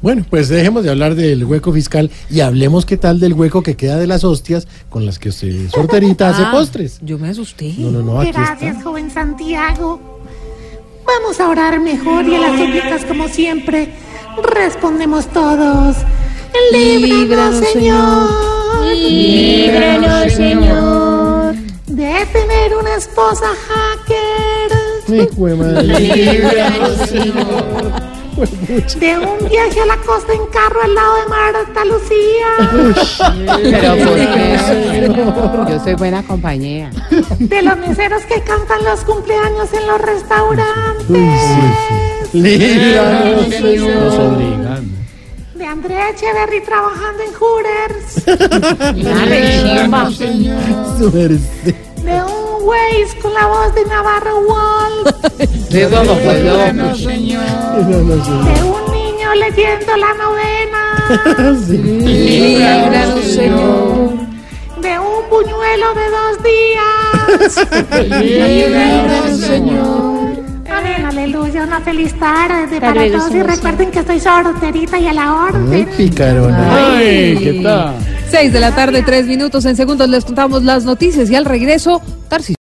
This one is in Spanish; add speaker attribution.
Speaker 1: Bueno, pues dejemos de hablar del hueco fiscal y hablemos qué tal del hueco que queda de las hostias con las que usted sorterita hace
Speaker 2: Ah,
Speaker 1: postres.
Speaker 2: Yo me asusté.
Speaker 1: No, no, no, aquí
Speaker 3: Gracias,
Speaker 1: está.
Speaker 3: joven Santiago. Vamos a orar mejor y a las súplicas, como siempre, respondemos todos. Líbranos,
Speaker 2: Líbranos,
Speaker 3: Señor.
Speaker 2: Líbranos, Señor.
Speaker 3: De tener una esposa hacker.
Speaker 1: Mi Eh, jue madre. Pues, mucho.
Speaker 3: De un viaje a la costa en carro al lado de Marta Lucía.
Speaker 4: Pero porque yo soy buena compañía.
Speaker 3: De los meseros que cantan los cumpleaños en los restaurantes.
Speaker 1: Líbranos,
Speaker 4: Nos
Speaker 1: Señor.
Speaker 3: De Andrea Echeverry trabajando en Hooters.
Speaker 4: Una rechimba.
Speaker 1: Suerte.
Speaker 3: de un Waze con la voz de Navarro Wall,
Speaker 4: Eso no fue loco.
Speaker 1: Líbranos, Señor.
Speaker 3: de un niño leyendo la novena,
Speaker 1: Sí.
Speaker 4: Líbranos, Señor.
Speaker 3: de un buñuelo de dos días.
Speaker 4: Líbranos, Señor.
Speaker 3: Amén, aleluya, una feliz tarde para
Speaker 4: Aleluya,
Speaker 3: todos y
Speaker 4: Señor.
Speaker 3: recuerden que estoy sorterita y a la
Speaker 1: Muy
Speaker 3: orden.
Speaker 1: picarona.
Speaker 4: Ay, ¿qué tal?
Speaker 5: 6 de la tarde, 3 minutos. En segundos les contamos las noticias y al regreso, Tarsi.